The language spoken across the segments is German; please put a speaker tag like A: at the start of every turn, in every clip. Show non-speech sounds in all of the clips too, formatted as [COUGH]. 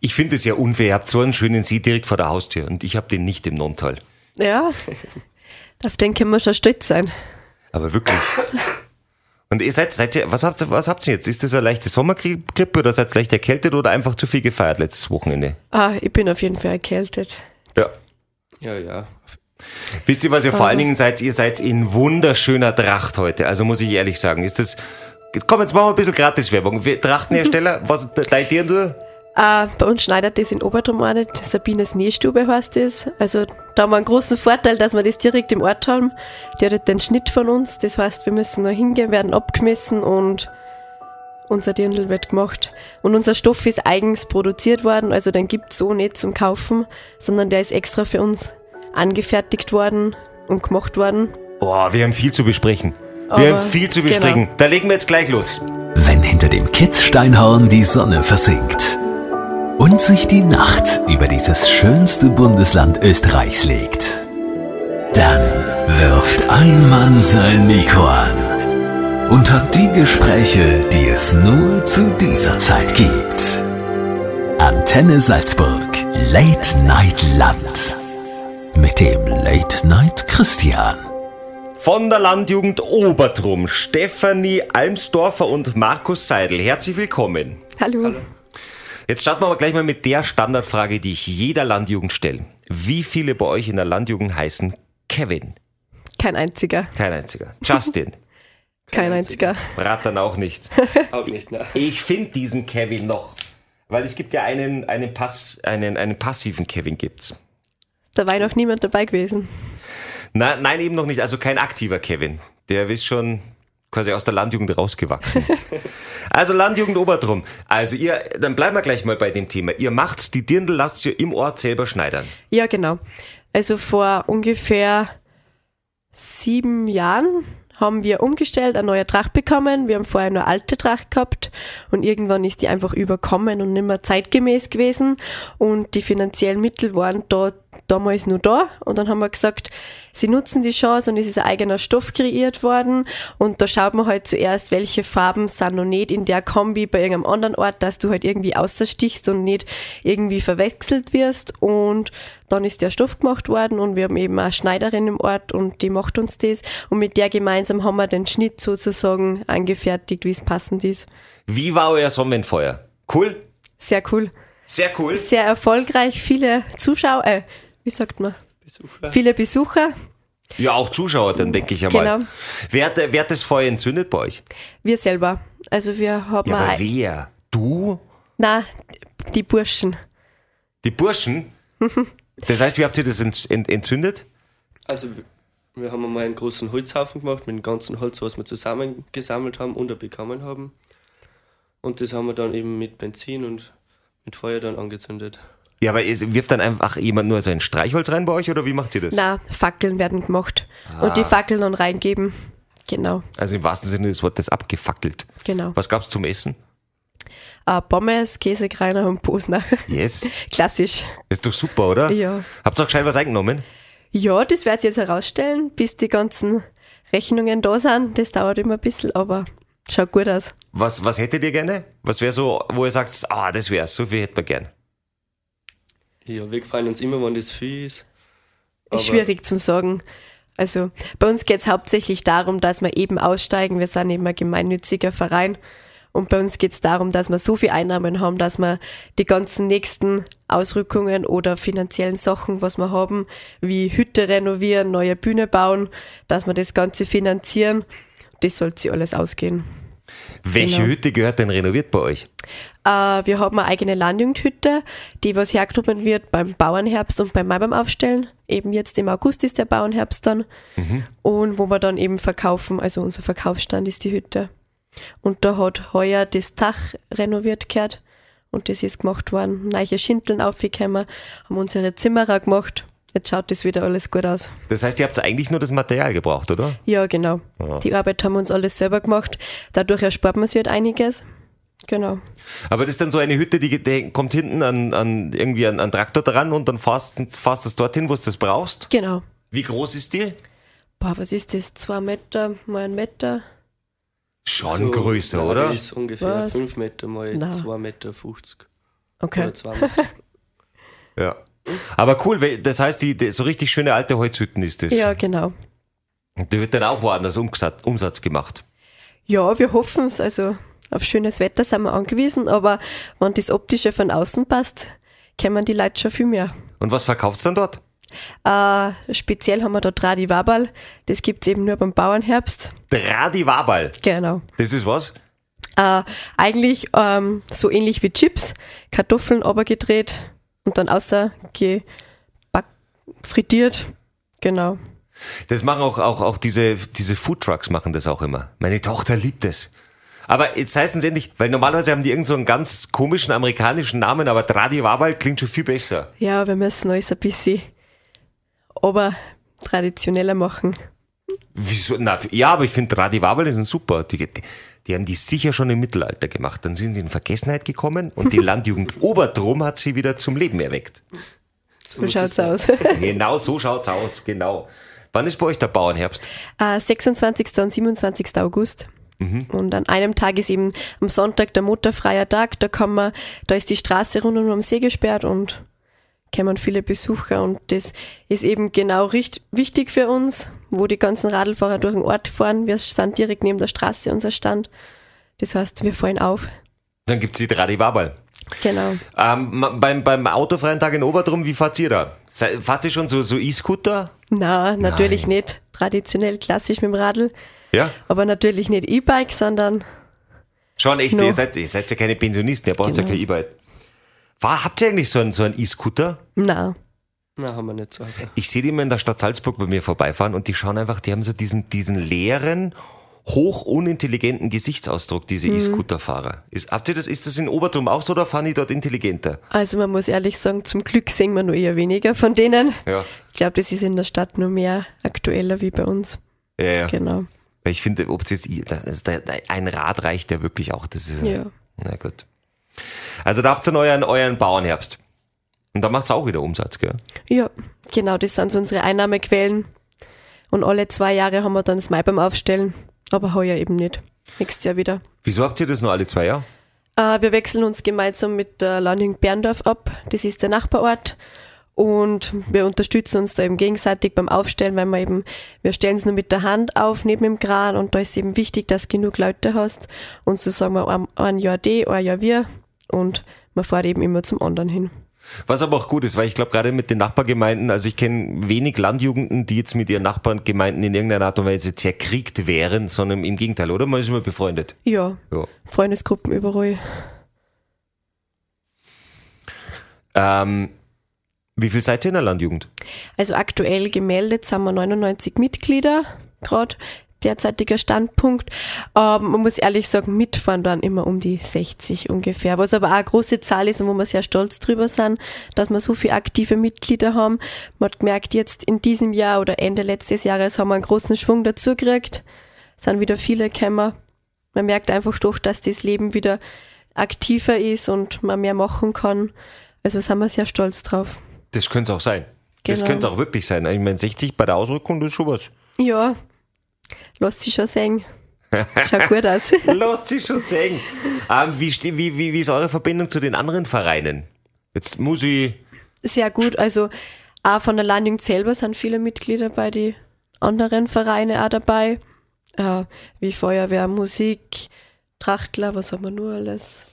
A: Ich finde es ja unfair. Ihr habt so einen schönen See direkt vor der Haustür und ich habe den nicht im Nonntal.
B: Ja, auf den können wir schon stolz sein.
A: Aber wirklich. Und ihr seid, seid ihr, was habt ihr, was habt ihr jetzt? Ist das eine leichte Sommergrippe oder seid ihr leicht erkältet oder einfach zu viel gefeiert letztes Wochenende?
B: Ah, ich bin auf jeden Fall erkältet.
A: Ja.
C: Ja, ja.
A: Wisst ihr, was ihr vor allen Dingen seid? Ihr seid in wunderschöner Tracht heute. Also muss ich ehrlich sagen, ist das, komm, jetzt machen wir ein bisschen Gratiswerbung. Wir- Trachtenhersteller, was, dein Dirndl?
B: Ah, bei uns schneidet das in Obertrum auch nicht. Sabines Nähstube heißt das. Also da haben wir einen großen Vorteil, dass wir das direkt im Ort haben. Die hat halt den Schnitt von uns. Das heißt, wir müssen nur hingehen, werden abgemessen und unser Dirndl wird gemacht. Und unser Stoff ist eigens produziert worden, also den gibt's so nicht zum Kaufen, sondern der ist extra für uns angefertigt worden und gemacht worden.
A: Boah, wir haben viel zu besprechen. Wir
B: Aber-
A: haben viel zu besprechen. Da legen wir jetzt gleich los.
D: Wenn hinter dem Kitzsteinhorn die Sonne versinkt und sich die Nacht über dieses schönste Bundesland Österreichs legt, dann wirft ein Mann sein Mikro an und hat die Gespräche, die es nur zu dieser Zeit gibt. Antenne Salzburg, Late Night Land mit dem Late Night Christian.
A: Von der Landjugend Obertrum, Stefanie Almsdorfer und Markus Seidel. Herzlich willkommen.
B: Hallo.
A: Jetzt starten wir aber gleich mal mit der Standardfrage, die ich jeder Landjugend stelle. Wie viele bei euch in der Landjugend heißen Kevin?
B: Kein einziger.
A: Kein
C: [LAUGHS]
A: einziger. Justin.
B: Kein,
C: Kein
B: einziger.
A: Bratan auch nicht.
C: [LAUGHS] Auch nicht, ne?
A: Ich finde diesen Kevin noch. Weil es gibt ja einen, einen, Pass, einen, einen passiven Kevin gibt's.
B: Da war ja noch niemand dabei gewesen.
A: Na, nein, eben noch nicht. Also kein aktiver Kevin. Der ist schon quasi aus der Landjugend rausgewachsen. also Landjugend Obertrum. Also ihr, dann bleiben wir gleich mal bei dem Thema. Ihr macht die Dirndl, lasst ihr im Ort selber schneidern.
B: Ja, genau. Also vor ungefähr sieben Jahren haben wir umgestellt, eine neue Tracht bekommen. Wir haben vorher nur alte Tracht gehabt und irgendwann ist die einfach überkommen und nicht mehr zeitgemäß gewesen und die finanziellen Mittel waren da damals nur da und dann haben wir gesagt, sie nutzen die Chance und es ist ein eigener Stoff kreiert worden und da schaut man halt zuerst, welche Farben sind noch nicht in der Kombi bei irgendeinem anderen Ort, dass du halt irgendwie außerstichst und nicht irgendwie verwechselt wirst und dann ist der Stoff gemacht worden und wir haben eben eine Schneiderin im Ort und die macht uns das und mit der gemeinsam haben wir den Schnitt sozusagen angefertigt, wie es passend ist.
A: Wie war euer Sonnenfeuer? Cool?
B: Sehr cool.
A: Sehr cool.
B: Sehr erfolgreich, viele Zuschauer, äh, wie sagt man,
C: Besucher.
B: viele Besucher.
A: Ja, auch Zuschauer dann, denke ich einmal.
B: Genau.
A: Wer, hat- wer hat das Feuer entzündet bei euch?
B: Wir selber. Also wir haben
A: Ja,
B: auch-
A: aber wer? Du?
B: Na, die Burschen.
A: Die Burschen? Das heißt, wie habt ihr das ent- ent- entzündet?
C: Also, wir- wir haben einmal einen großen Holzhaufen gemacht mit dem ganzen Holz, was wir zusammengesammelt haben und auch bekommen haben. Und das haben wir dann eben mit Benzin und mit Feuer dann angezündet.
A: Ja, aber ihr wirft dann einfach jemand nur sein Streichholz rein bei euch oder wie macht ihr das?
B: Na, Fackeln werden gemacht
A: Ah.
B: und die Fackeln dann reingeben. Genau,
A: Also im wahrsten Sinne des Wortes abgefackelt.
B: genau.
A: Was gab's zum Essen?
B: Äh, Pommes, Käsekreiner und Posner. [LAUGHS]
A: Yes.
B: Klassisch.
A: Ist doch super, oder?
B: Ja.
A: Habt ihr auch gescheit was eingenommen?
B: Ja, das werde ich jetzt herausstellen, bis die ganzen Rechnungen da sind. Das dauert immer ein bisschen, aber schaut gut aus.
A: Was, was hättet ihr gerne? Was wäre so, wo ihr sagt, ah, das wär's, so viel hätten wir gern.
C: Ja, wir freuen uns immer, wenn das viel ist.
B: Ist schwierig zum Sagen. Also bei uns geht es hauptsächlich darum, dass wir eben aussteigen. Wir sind eben ein gemeinnütziger Verein. Und bei uns geht es darum, dass wir so viel Einnahmen haben, dass wir die ganzen nächsten Ausrückungen oder finanziellen Sachen, was wir haben, wie Hütte renovieren, neue Bühne bauen, dass wir das Ganze finanzieren. Das sollte sich alles ausgehen.
A: Welche
B: Genau.
A: Hütte gehört denn renoviert bei euch?
B: Äh, wir haben eine eigene Landjugendhütte, die was hergenommen wird beim Bauernherbst und beim Maibaum aufstellen. Eben jetzt im August ist der Bauernherbst dann. Und wo wir dann eben verkaufen, also unser Verkaufsstand ist die Hütte. Und da hat heuer das Dach renoviert gehört und das ist gemacht worden. Neue Schindeln aufgekommen, haben unsere Zimmerer gemacht. Jetzt schaut das wieder alles gut aus.
A: Das heißt, ihr habt eigentlich nur das Material gebraucht, oder?
B: Ja, genau. Die Arbeit haben wir uns alles selber gemacht. Dadurch erspart man sich halt einiges. Genau.
A: Aber das ist dann so eine Hütte, die, die kommt hinten an, an irgendwie an, an Traktor dran und dann fährst fährst das dorthin, wo du das brauchst.
B: Genau.
A: Wie groß ist die?
B: Boah, was ist das? Zwei Meter mal ein Meter?
A: Schon
C: So,
A: größer,
C: nein,
A: oder?
C: Das ist ungefähr
B: Was?
C: 5 Meter mal
B: Nein.
C: 2,50 Meter. 50.
B: Okay.
C: Oder zweimal.
A: Ja. Aber cool, weil- das heißt, die, die, so richtig schöne alte Holzhütten ist das.
B: Ja, genau.
A: Und Die wird dann auch woanders umgesat- Umsatz gemacht.
B: Ja, wir hoffen es. Also auf schönes Wetter sind wir angewiesen, aber wenn das Optische von außen passt, kennen die Leute schon viel mehr.
A: Und was verkaufst du dann dort?
B: Äh, speziell haben wir da Tradi Wabal. Das gibt's eben nur beim Bauernherbst.
A: Tradivabal.
B: Genau.
A: Das ist was?
B: Äh, eigentlich ähm, so ähnlich wie Chips, Kartoffeln obergedreht und dann außer frittiert. Genau.
A: Das machen auch, auch, auch diese, diese Foodtrucks machen das auch immer. Meine Tochter liebt es. Aber jetzt heißen sie endlich, weil normalerweise haben die irgendeinen so einen ganz komischen amerikanischen Namen, aber Tradivabal klingt schon viel besser.
B: Ja, wir müssen alles ein bisschen aber traditioneller machen.
A: Wieso? Na, f- ja, aber ich finde Tradivabal ist ein super. Die, die, die haben die sicher schon im Mittelalter gemacht. Dann sind sie in Vergessenheit gekommen und die Landjugend Obertrum hat sie wieder zum Leben erweckt.
B: [LAUGHS] So schaut's aus. [LAUGHS]
A: Genau so schaut's aus, genau. Wann ist bei euch der Bauernherbst?
B: Äh, 26. und 27. August. Und an einem Tag ist eben am Sonntag der motorfreier Tag. Da kann man, da ist die Straße rund um den See gesperrt und kommen viele Besucher. Und das ist eben genau richt, wichtig für uns, wo die ganzen Radlfahrer durch den Ort fahren. Wir sind direkt neben der Straße unser Stand. Das heißt, wir fallen auf.
A: Dann gibt's die Tradivabal.
B: Genau.
A: Ähm, ma- beim, beim Autofreien Tag in Obertrum, wie fahrt ihr da? Se- Fahrt ihr schon so, so E-Scooter?
B: Na, natürlich nicht traditionell klassisch mit dem Radl,
A: Ja.
B: aber natürlich nicht E-Bike, sondern
A: Schon echt,
B: No.
A: ihr, seid, ihr seid ja keine Pensionisten, ihr braucht ja
B: Genau.
A: kein E-Bike. War- Habt ihr eigentlich so einen so einen E-Scooter?
B: na.
C: Nein, haben wir nicht zu Hause.
A: Ich sehe die immer in der Stadt Salzburg bei mir vorbeifahren und die schauen einfach, die haben so diesen, diesen leeren, hoch unintelligenten Gesichtsausdruck, diese
B: Mhm.
A: E-Scooter-Fahrer. Ist, habt ihr das, ist das in Obertrum auch so oder fahren die dort intelligenter?
B: Also man muss ehrlich sagen, zum Glück sehen wir nur eher weniger von denen.
A: Ja.
B: Ich glaube, das ist in der Stadt nur mehr aktueller wie bei uns.
A: Ja, ja.
B: Genau.
A: Weil ich finde, ob es jetzt i- das ist, da- da- ein Rad reicht ja wirklich auch. Das ist
B: Ja.
A: Na gut. Also da habt ihr dann euren, euren Bauernherbst. Und da macht's auch wieder Umsatz, gell?
B: Ja, genau, das sind so unsere Einnahmequellen. Und alle zwei Jahre haben wir dann das Mai beim Aufstellen, aber heuer eben nicht. Nächstes Jahr wieder.
A: Wieso habt ihr das nur alle zwei Jahre?
B: Äh, wir wechseln uns gemeinsam mit der Landing Berndorf ab. Das ist der Nachbarort. Und wir unterstützen uns da eben gegenseitig beim Aufstellen, weil wir eben, wir stellen es nur mit der Hand auf neben dem Kran und da ist eben wichtig, dass du genug Leute hast. Und so sagen wir ein, ein Jahr die, ein Jahr wir und man fährt eben immer zum anderen hin.
A: Was aber auch gut ist, weil ich glaube, gerade mit den Nachbargemeinden, also ich kenne wenig Landjugenden, die jetzt mit ihren Nachbargemeinden in irgendeiner Art und Weise zerkriegt wären, sondern im Gegenteil, oder? Man ist immer befreundet.
B: Ja,
A: Ja.
B: Freundesgruppen überall.
A: Ähm, wie viel seid ihr in der Landjugend?
B: Also aktuell gemeldet sind wir 99 Mitglieder, gerade derzeitiger Standpunkt. Ähm, man muss ehrlich sagen, mitfahren dann immer um die 60 ungefähr, was aber auch eine große Zahl ist und wo wir sehr stolz drüber sind, dass wir so viele aktive Mitglieder haben. Man hat gemerkt, jetzt in diesem Jahr oder Ende letztes Jahres haben wir einen großen Schwung dazu gekriegt, sind wieder viele gekommen. Man merkt einfach durch, dass das Leben wieder aktiver ist und man mehr machen kann. Also sind wir sehr stolz drauf.
A: Das könnte es auch sein. Das
B: Genau.
A: könnte es auch wirklich sein. Ich meine, 60 bei der Ausrückung, das ist schon was.
B: Ja, lasst sich schon sehen. Schaut gut aus.
A: Lass dich schon sehen. Ähm, wie, ste- wie, wie, wie ist eure Verbindung zu den anderen Vereinen? Jetzt muss ich.
B: [LAUGHS] Sehr gut. Also auch von der Landung selber sind viele Mitglieder bei die anderen Vereine auch dabei. Äh, wie Feuerwehr, Musik, Trachtler, was haben wir nur alles?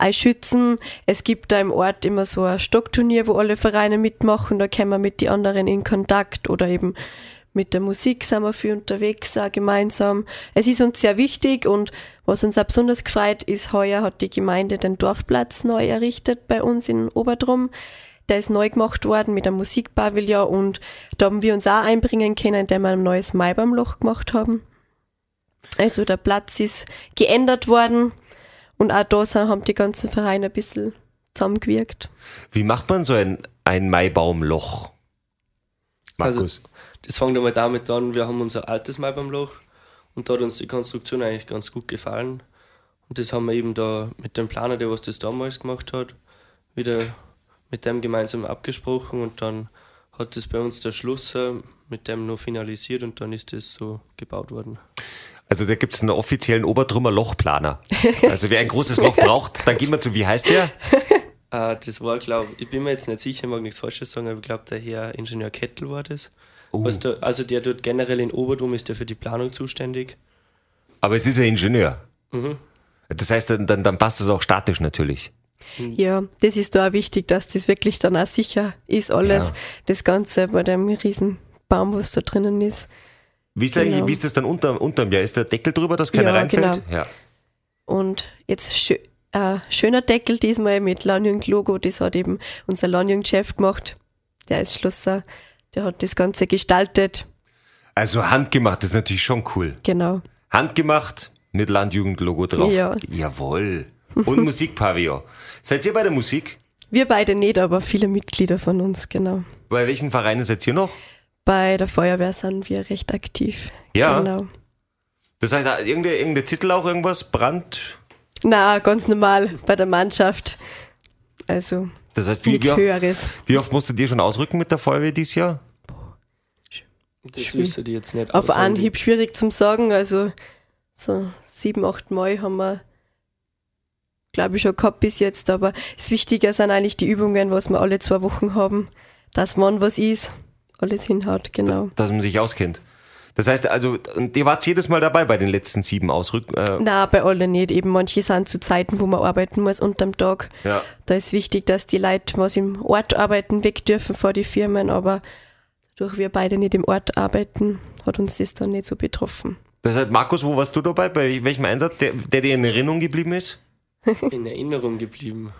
B: Eischützen. Es gibt da im Ort immer so ein Stockturnier, wo alle Vereine mitmachen. Da kommen wir mit den anderen in Kontakt oder eben mit der Musik sind wir viel unterwegs auch gemeinsam. Es ist uns sehr wichtig und was uns auch besonders gefreut ist, heuer hat die Gemeinde den Dorfplatz neu errichtet bei uns in Oberdrum. Der ist neu gemacht worden mit einem Musikpavillon und da haben wir uns auch einbringen können, indem wir ein neues Maibaumloch gemacht haben. Also der Platz ist geändert worden und auch da sind- haben die ganzen Vereine ein bisschen zusammengewirkt.
A: Wie macht man so ein, ein Maibaumloch? Markus.
C: Also- Das fängt einmal damit an, wir haben unser altes Mal beim Loch und da hat uns die Konstruktion eigentlich ganz gut gefallen. Und das haben wir eben da mit dem Planer, der was das damals gemacht hat, wieder mit dem gemeinsam abgesprochen und dann hat das bei uns der Schlusser mit dem noch finalisiert und dann ist das so gebaut worden.
A: Also da gibt es einen offiziellen Obertrümmer Lochplaner. Also wer ein
B: [LAUGHS]
A: großes Loch braucht, dann geht man zu, wie heißt der?
C: Ah, das war, glaube ich, bin mir jetzt nicht sicher, ich mag nichts Falsches sagen, aber ich glaube, der Herr Ingenieur Kettel war das. Was da, also der dort generell in Oberdrum ist der für die Planung zuständig.
A: Aber es ist ein Ingenieur.
B: Mhm.
A: Das heißt, dann, dann, dann passt es auch statisch natürlich. Mhm.
B: Ja, das ist da auch wichtig, dass das wirklich dann auch sicher ist, alles,
A: Ja.
B: das Ganze bei dem riesen Baum, was da drinnen ist.
A: Wie ist, eigentlich-
B: Genau.
A: wie ist das dann unter, unterm Jahr? Ist der Deckel drüber, dass keiner
B: Ja,
A: reinfällt?
B: genau.
A: Ja.
B: Und jetzt schö äh, schöner Deckel diesmal mit Lanyung-Logo, das hat eben unser Lanyung-Chef gemacht. Der ist Schlosser, der hat das Ganze gestaltet.
A: Also handgemacht ist natürlich schon cool.
B: Genau.
A: Handgemacht mit Landjugendlogo drauf.
B: Ja.
A: Jawohl. Und Musikpavillon. Seid ihr bei der Musik?
B: Wir beide nicht, aber viele Mitglieder von uns, genau.
A: Bei welchen Vereinen seid ihr noch?
B: Bei der Feuerwehr sind wir recht aktiv.
A: Ja.
B: Genau.
A: Das heißt, irgendein, irgendein Titel auch irgendwas? Brand?
B: Na, ganz normal bei der Mannschaft. Also
A: Das heißt, wie, wie,
B: nichts
A: oft,
B: Höheres.
A: wie oft musstet ihr schon ausrücken mit der Feuerwehr dieses Jahr?
C: Das wüsste ich jetzt nicht. Also
B: Auf
C: auswendig.
B: Anhieb schwierig zum Sagen. Also so sieben, acht Mal haben wir, glaube ich, schon gehabt bis jetzt. Aber das Wichtige sind eigentlich die Übungen, was wir alle zwei Wochen haben. Dass man was ist, alles hinhaut, genau.
A: Dass man sich auskennt. Das heißt also, und ihr wart jedes Mal dabei bei den letzten sieben Ausrücken. Äh,
B: Na, bei allen nicht. Eben manche sind zu Zeiten, wo man arbeiten muss unterm Tag.
A: ja.
B: Da ist wichtig, dass die Leute, was im Ort arbeiten, weg dürfen vor die Firmen, aber durch wir beide nicht im Ort arbeiten, hat uns das dann nicht so betroffen.
A: Das heißt, Markus, wo warst du dabei? Bei welchem Einsatz, der, der dir in Erinnerung geblieben ist?
C: in Erinnerung geblieben?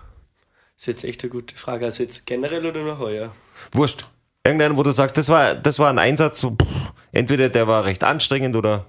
C: Ist jetzt echt eine gute Frage. Also jetzt generell oder nur heuer?
A: Wurscht. Irgendeinen, wo du sagst, das war, das war ein Einsatz, so, pff, entweder der war recht anstrengend oder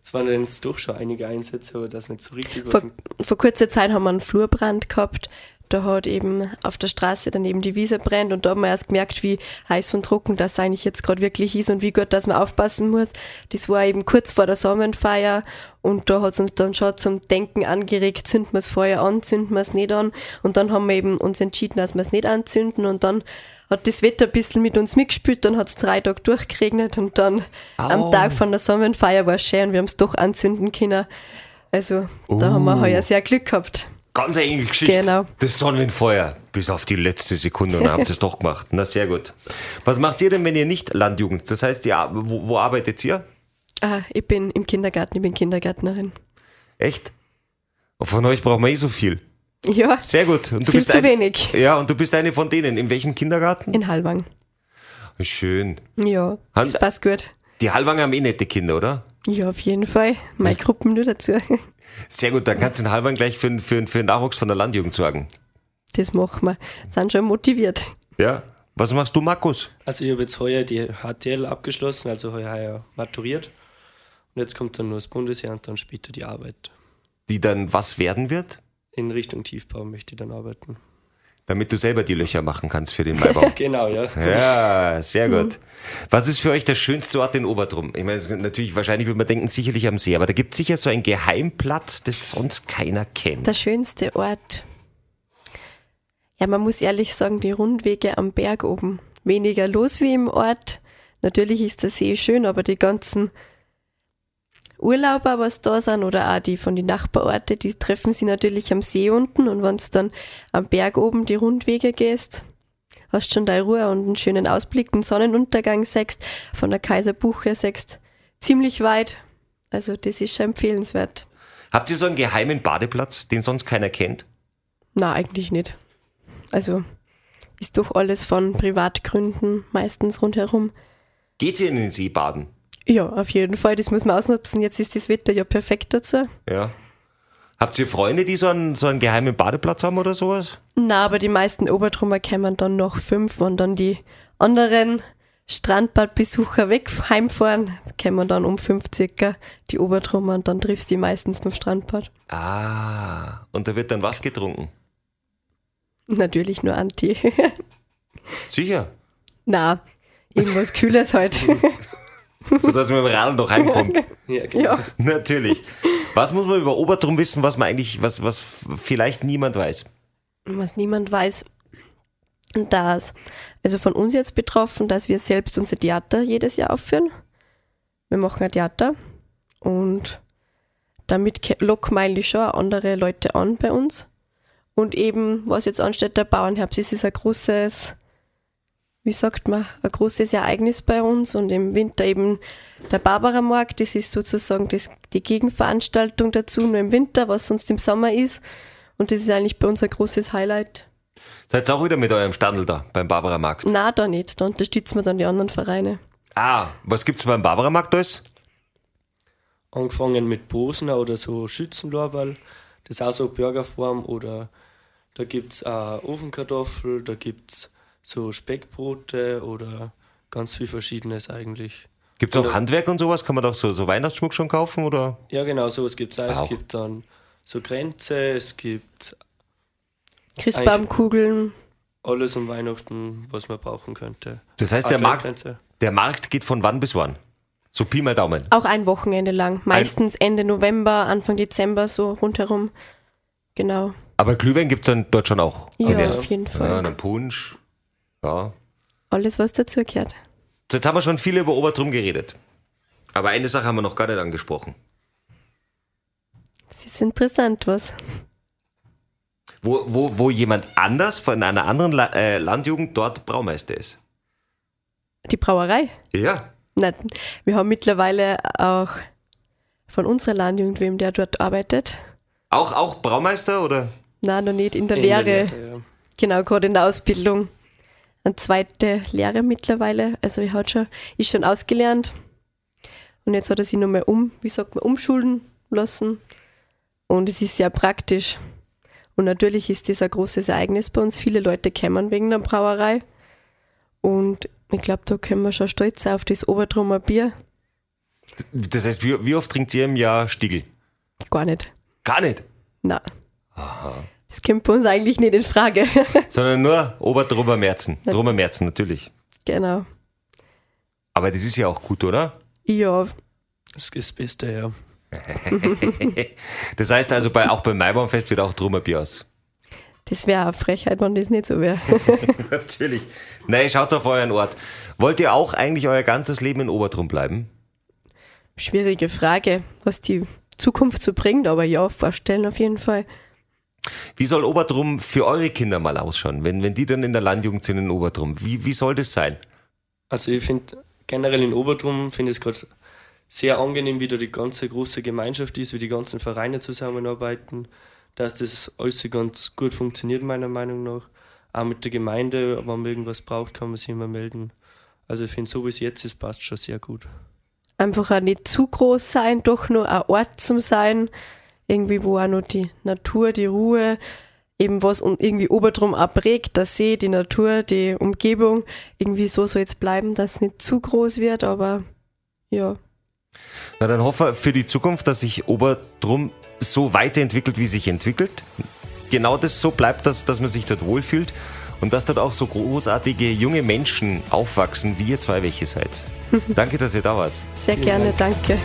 C: Es waren dann jetzt doch schon einige Einsätze, aber das nicht so richtig was.
B: Vor, vor kurzer Zeit haben wir einen Flurbrand gehabt. Da hat eben auf der Straße daneben die Wiese brennt und da haben wir erst gemerkt, wie heiß und trocken das eigentlich jetzt gerade wirklich ist und wie gut, dass man aufpassen muss. Das war eben kurz vor der Sommerfeier und da hat es uns dann schon zum Denken angeregt, zünden wir das Feuer an, zünden wir es nicht an und dann haben wir eben uns entschieden, dass wir es nicht anzünden und dann hat das Wetter ein bisschen mit uns mitgespielt, dann hat es drei Tage durchgeregnet und dann am
A: Oh.
B: Tag von der Sommerfeier war es schön und wir haben es doch anzünden können. Also, da haben
A: Oh.
B: wir heuer sehr Glück gehabt.
A: Ganz eine enge Geschichte.
B: Genau.
A: Das Sonnenfeuer. Bis auf die letzte Sekunde und dann habt ihr es doch gemacht. Na, sehr gut. Was macht ihr denn, wenn ihr nicht Landjugend? Das heißt, ihr, ar- wo, wo arbeitet ihr?
B: Ah, ich bin im Kindergarten, ich bin Kindergärtnerin.
A: Echt? Von euch brauchen wir eh so viel.
B: Ja,
A: Sehr gut. Und du
B: Viel
A: bist
B: zu
A: ein,
B: wenig.
A: Ja, und du bist eine von denen. In welchem Kindergarten?
B: in Hallwang.
A: Schön.
B: Ja, das
A: Hand-
B: passt gut.
A: Die Hallwanger haben eh nette Kinder, oder?
B: Ja, auf jeden Fall. Meine Gruppen nur dazu. [LAUGHS]
A: Sehr gut, dann kannst du in Halbern gleich für, für, für den Nachwuchs von der Landjugend sorgen.
B: Das machen wir. Sind schon motiviert.
A: Ja. Was machst du, Markus?
C: Also ich habe jetzt heuer die HTL abgeschlossen, also heuer, heuer maturiert. Und jetzt kommt dann nur das Bundesjahr und dann später die Arbeit.
A: Die dann was werden wird?
C: In Richtung Tiefbau möchte ich dann arbeiten.
A: Damit du selber die Löcher machen kannst für den Maibau.
C: Genau, ja.
A: [LAUGHS] Ja, sehr gut. Was ist für euch der schönste Ort in Obertrum? Ich meine, es ist natürlich, wahrscheinlich würde man denken, sicherlich am See, aber da gibt es sicher so einen Geheimplatz, das sonst keiner kennt.
B: Der schönste Ort. Ja, man muss ehrlich sagen, die Rundwege am Berg oben. Weniger los wie im Ort. Natürlich ist der See schön, aber die ganzen Urlauber, was da sind, oder auch die von den Nachbarorten, die treffen sie natürlich am See unten. Und wenn dann am Berg oben die Rundwege gehst, hast schon deine Ruhe und einen schönen Ausblick, den Sonnenuntergang sechst, von der Kaiserbuche sechst, ziemlich weit. Also das ist schon empfehlenswert.
A: Habt ihr so einen geheimen Badeplatz, den sonst keiner kennt?
B: Na, eigentlich nicht. Also ist doch alles von Privatgründen meistens rundherum.
A: Geht ihr in den See baden?
B: Ja, auf jeden Fall, das muss man ausnutzen. Jetzt ist das Wetter ja perfekt dazu.
A: Ja. Habt ihr Freunde, die so einen, so einen geheimen Badeplatz haben oder sowas?
B: Na, aber die meisten Obertrummer kämen dann noch fünf, wenn dann die anderen Strandbadbesucher weg heimfahren, kämen dann um fünf circa die Obertrummer und dann triffst du die meistens beim Strandbad.
A: Ah, und da wird dann was getrunken?
B: Natürlich nur Anti. [LAUGHS]
A: Sicher.
B: Na, irgendwas Kühles heute.
A: Sodass man mit dem Radl noch heimkommt.
C: Ja, genau.
B: ja.
A: Natürlich. Was muss man über Obertrum wissen, was man eigentlich, was, was vielleicht niemand weiß?
B: was niemand weiß, dass, also von uns jetzt betroffen, dass wir selbst unser Theater jedes Jahr aufführen. Wir machen ein Theater Und damit ke- locken wir eigentlich schon auch andere Leute an bei uns. Und eben, was jetzt ansteht, der Bauernherbst ist, ist ein großes, wie sagt man, ein großes Ereignis bei uns. Und im Winter eben der Barbaramarkt, das ist sozusagen das, die Gegenveranstaltung dazu, nur im Winter, was sonst im Sommer ist. Und das ist eigentlich bei uns ein großes Highlight.
A: Seid ihr auch wieder mit eurem Standel da beim Barbaramarkt?
B: Na, da nicht. Da unterstützen wir dann die anderen Vereine.
A: Ah, was gibt's beim Barbaramarkt alles?
C: Angefangen mit Bosner oder so Schützenlorberl, das ist auch so Burgerform oder da gibt es auch Ofenkartoffel, da gibt es so Speckbrote oder ganz viel Verschiedenes eigentlich.
A: Gibt's auch Handwerk und sowas? Kann man doch so, so Weihnachtsschmuck schon kaufen oder?
C: Ja, genau, sowas gibt es auch.
A: Auch.
C: Es gibt dann so Grenze, es gibt
B: Christbaumkugeln.
C: alles um Weihnachten, was man brauchen könnte.
A: Das heißt, der Markt,
C: Adventgrenze.
A: der Markt geht von wann bis wann? So Pi mal Daumen.
B: Auch ein Wochenende lang. Meistens Ende November, Anfang Dezember, so rundherum. Genau.
A: Aber Glühwein gibt's dann dort schon auch.
B: Ja,
A: Okay.
B: auf jeden Fall.
A: Ja, einen Punsch. Ja.
B: Alles, was dazugehört.
A: So, jetzt haben wir schon viel über Obertrum geredet. Aber eine Sache haben wir noch gar nicht angesprochen.
B: Das ist interessant, was.
A: Wo, wo, wo jemand anders von einer anderen La äh, Landjugend dort Braumeister ist.
B: Die Brauerei.
A: Ja.
B: Nein, wir haben mittlerweile auch von unserer Landjugend, wem der dort arbeitet.
A: Auch, auch Braumeister oder?
B: Nein, noch nicht in der
C: In der
B: Lehre.
C: Lehre, ja.
B: Genau, gerade in der Ausbildung. Eine zweite Lehre mittlerweile. Also ich hat schon, ist schon ausgelernt. Und jetzt hat er sich nochmal um, wie sagt man, umschulen lassen. Und es ist sehr praktisch. Und natürlich ist das ein großes Ereignis bei uns. Viele Leute kommen wegen der Brauerei. Und ich glaube, da können wir schon stolz sein auf das Obertrummer Bier.
A: Das heißt, wie, wie oft trinkt ihr im Jahr Stiegel?
B: Gar nicht.
A: Gar nicht.
B: Nein. Das kommt bei uns eigentlich nicht in Frage. [LAUGHS]
A: Sondern nur Obertrummer Merzen. Drummer Merzen, natürlich.
B: genau.
A: Aber das ist ja auch gut, oder?
B: Ja,
C: Das ist das Beste, ja.
A: Das heißt also, bei, auch beim Maibaumfest wird auch Drummer Bier aus.
B: das wäre eine Frechheit, wenn das nicht so wäre.
A: [LAUGHS] Natürlich. Nein, schaut auf euren Ort. Wollt ihr auch eigentlich euer ganzes Leben in Obertrum bleiben?
B: Schwierige Frage, was die Zukunft so bringt, aber ja, vorstellen auf jeden Fall.
A: Wie soll Obertrum für eure Kinder mal ausschauen, wenn, wenn die dann in der Landjugend sind in Obertrum? Wie, wie soll das sein?
C: Also ich finde generell in Obertrum finde ich es gerade sehr angenehm, wie da die ganze große Gemeinschaft ist, wie die ganzen Vereine zusammenarbeiten, dass das alles so ganz gut funktioniert meiner Meinung nach. Auch mit der Gemeinde, wenn man irgendwas braucht, kann man sich immer melden. Also ich finde, so wie es jetzt ist, passt schon sehr gut.
B: Einfach auch nicht zu groß sein, doch nur ein Ort zum Sein. Irgendwie, wo auch noch die Natur, die Ruhe, eben was und irgendwie oberdrum abregt, der See, die Natur, die Umgebung. Irgendwie so soll jetzt bleiben, dass es nicht zu groß wird, aber ja.
A: Na, dann hoffen wir für die Zukunft, dass sich Obertrum so weiterentwickelt, wie sich entwickelt. Genau das so bleibt, dass, dass man sich dort wohlfühlt und dass dort auch so großartige junge Menschen aufwachsen, wie ihr zwei welche seid. Danke, dass ihr da wart.
B: Sehr gerne, danke.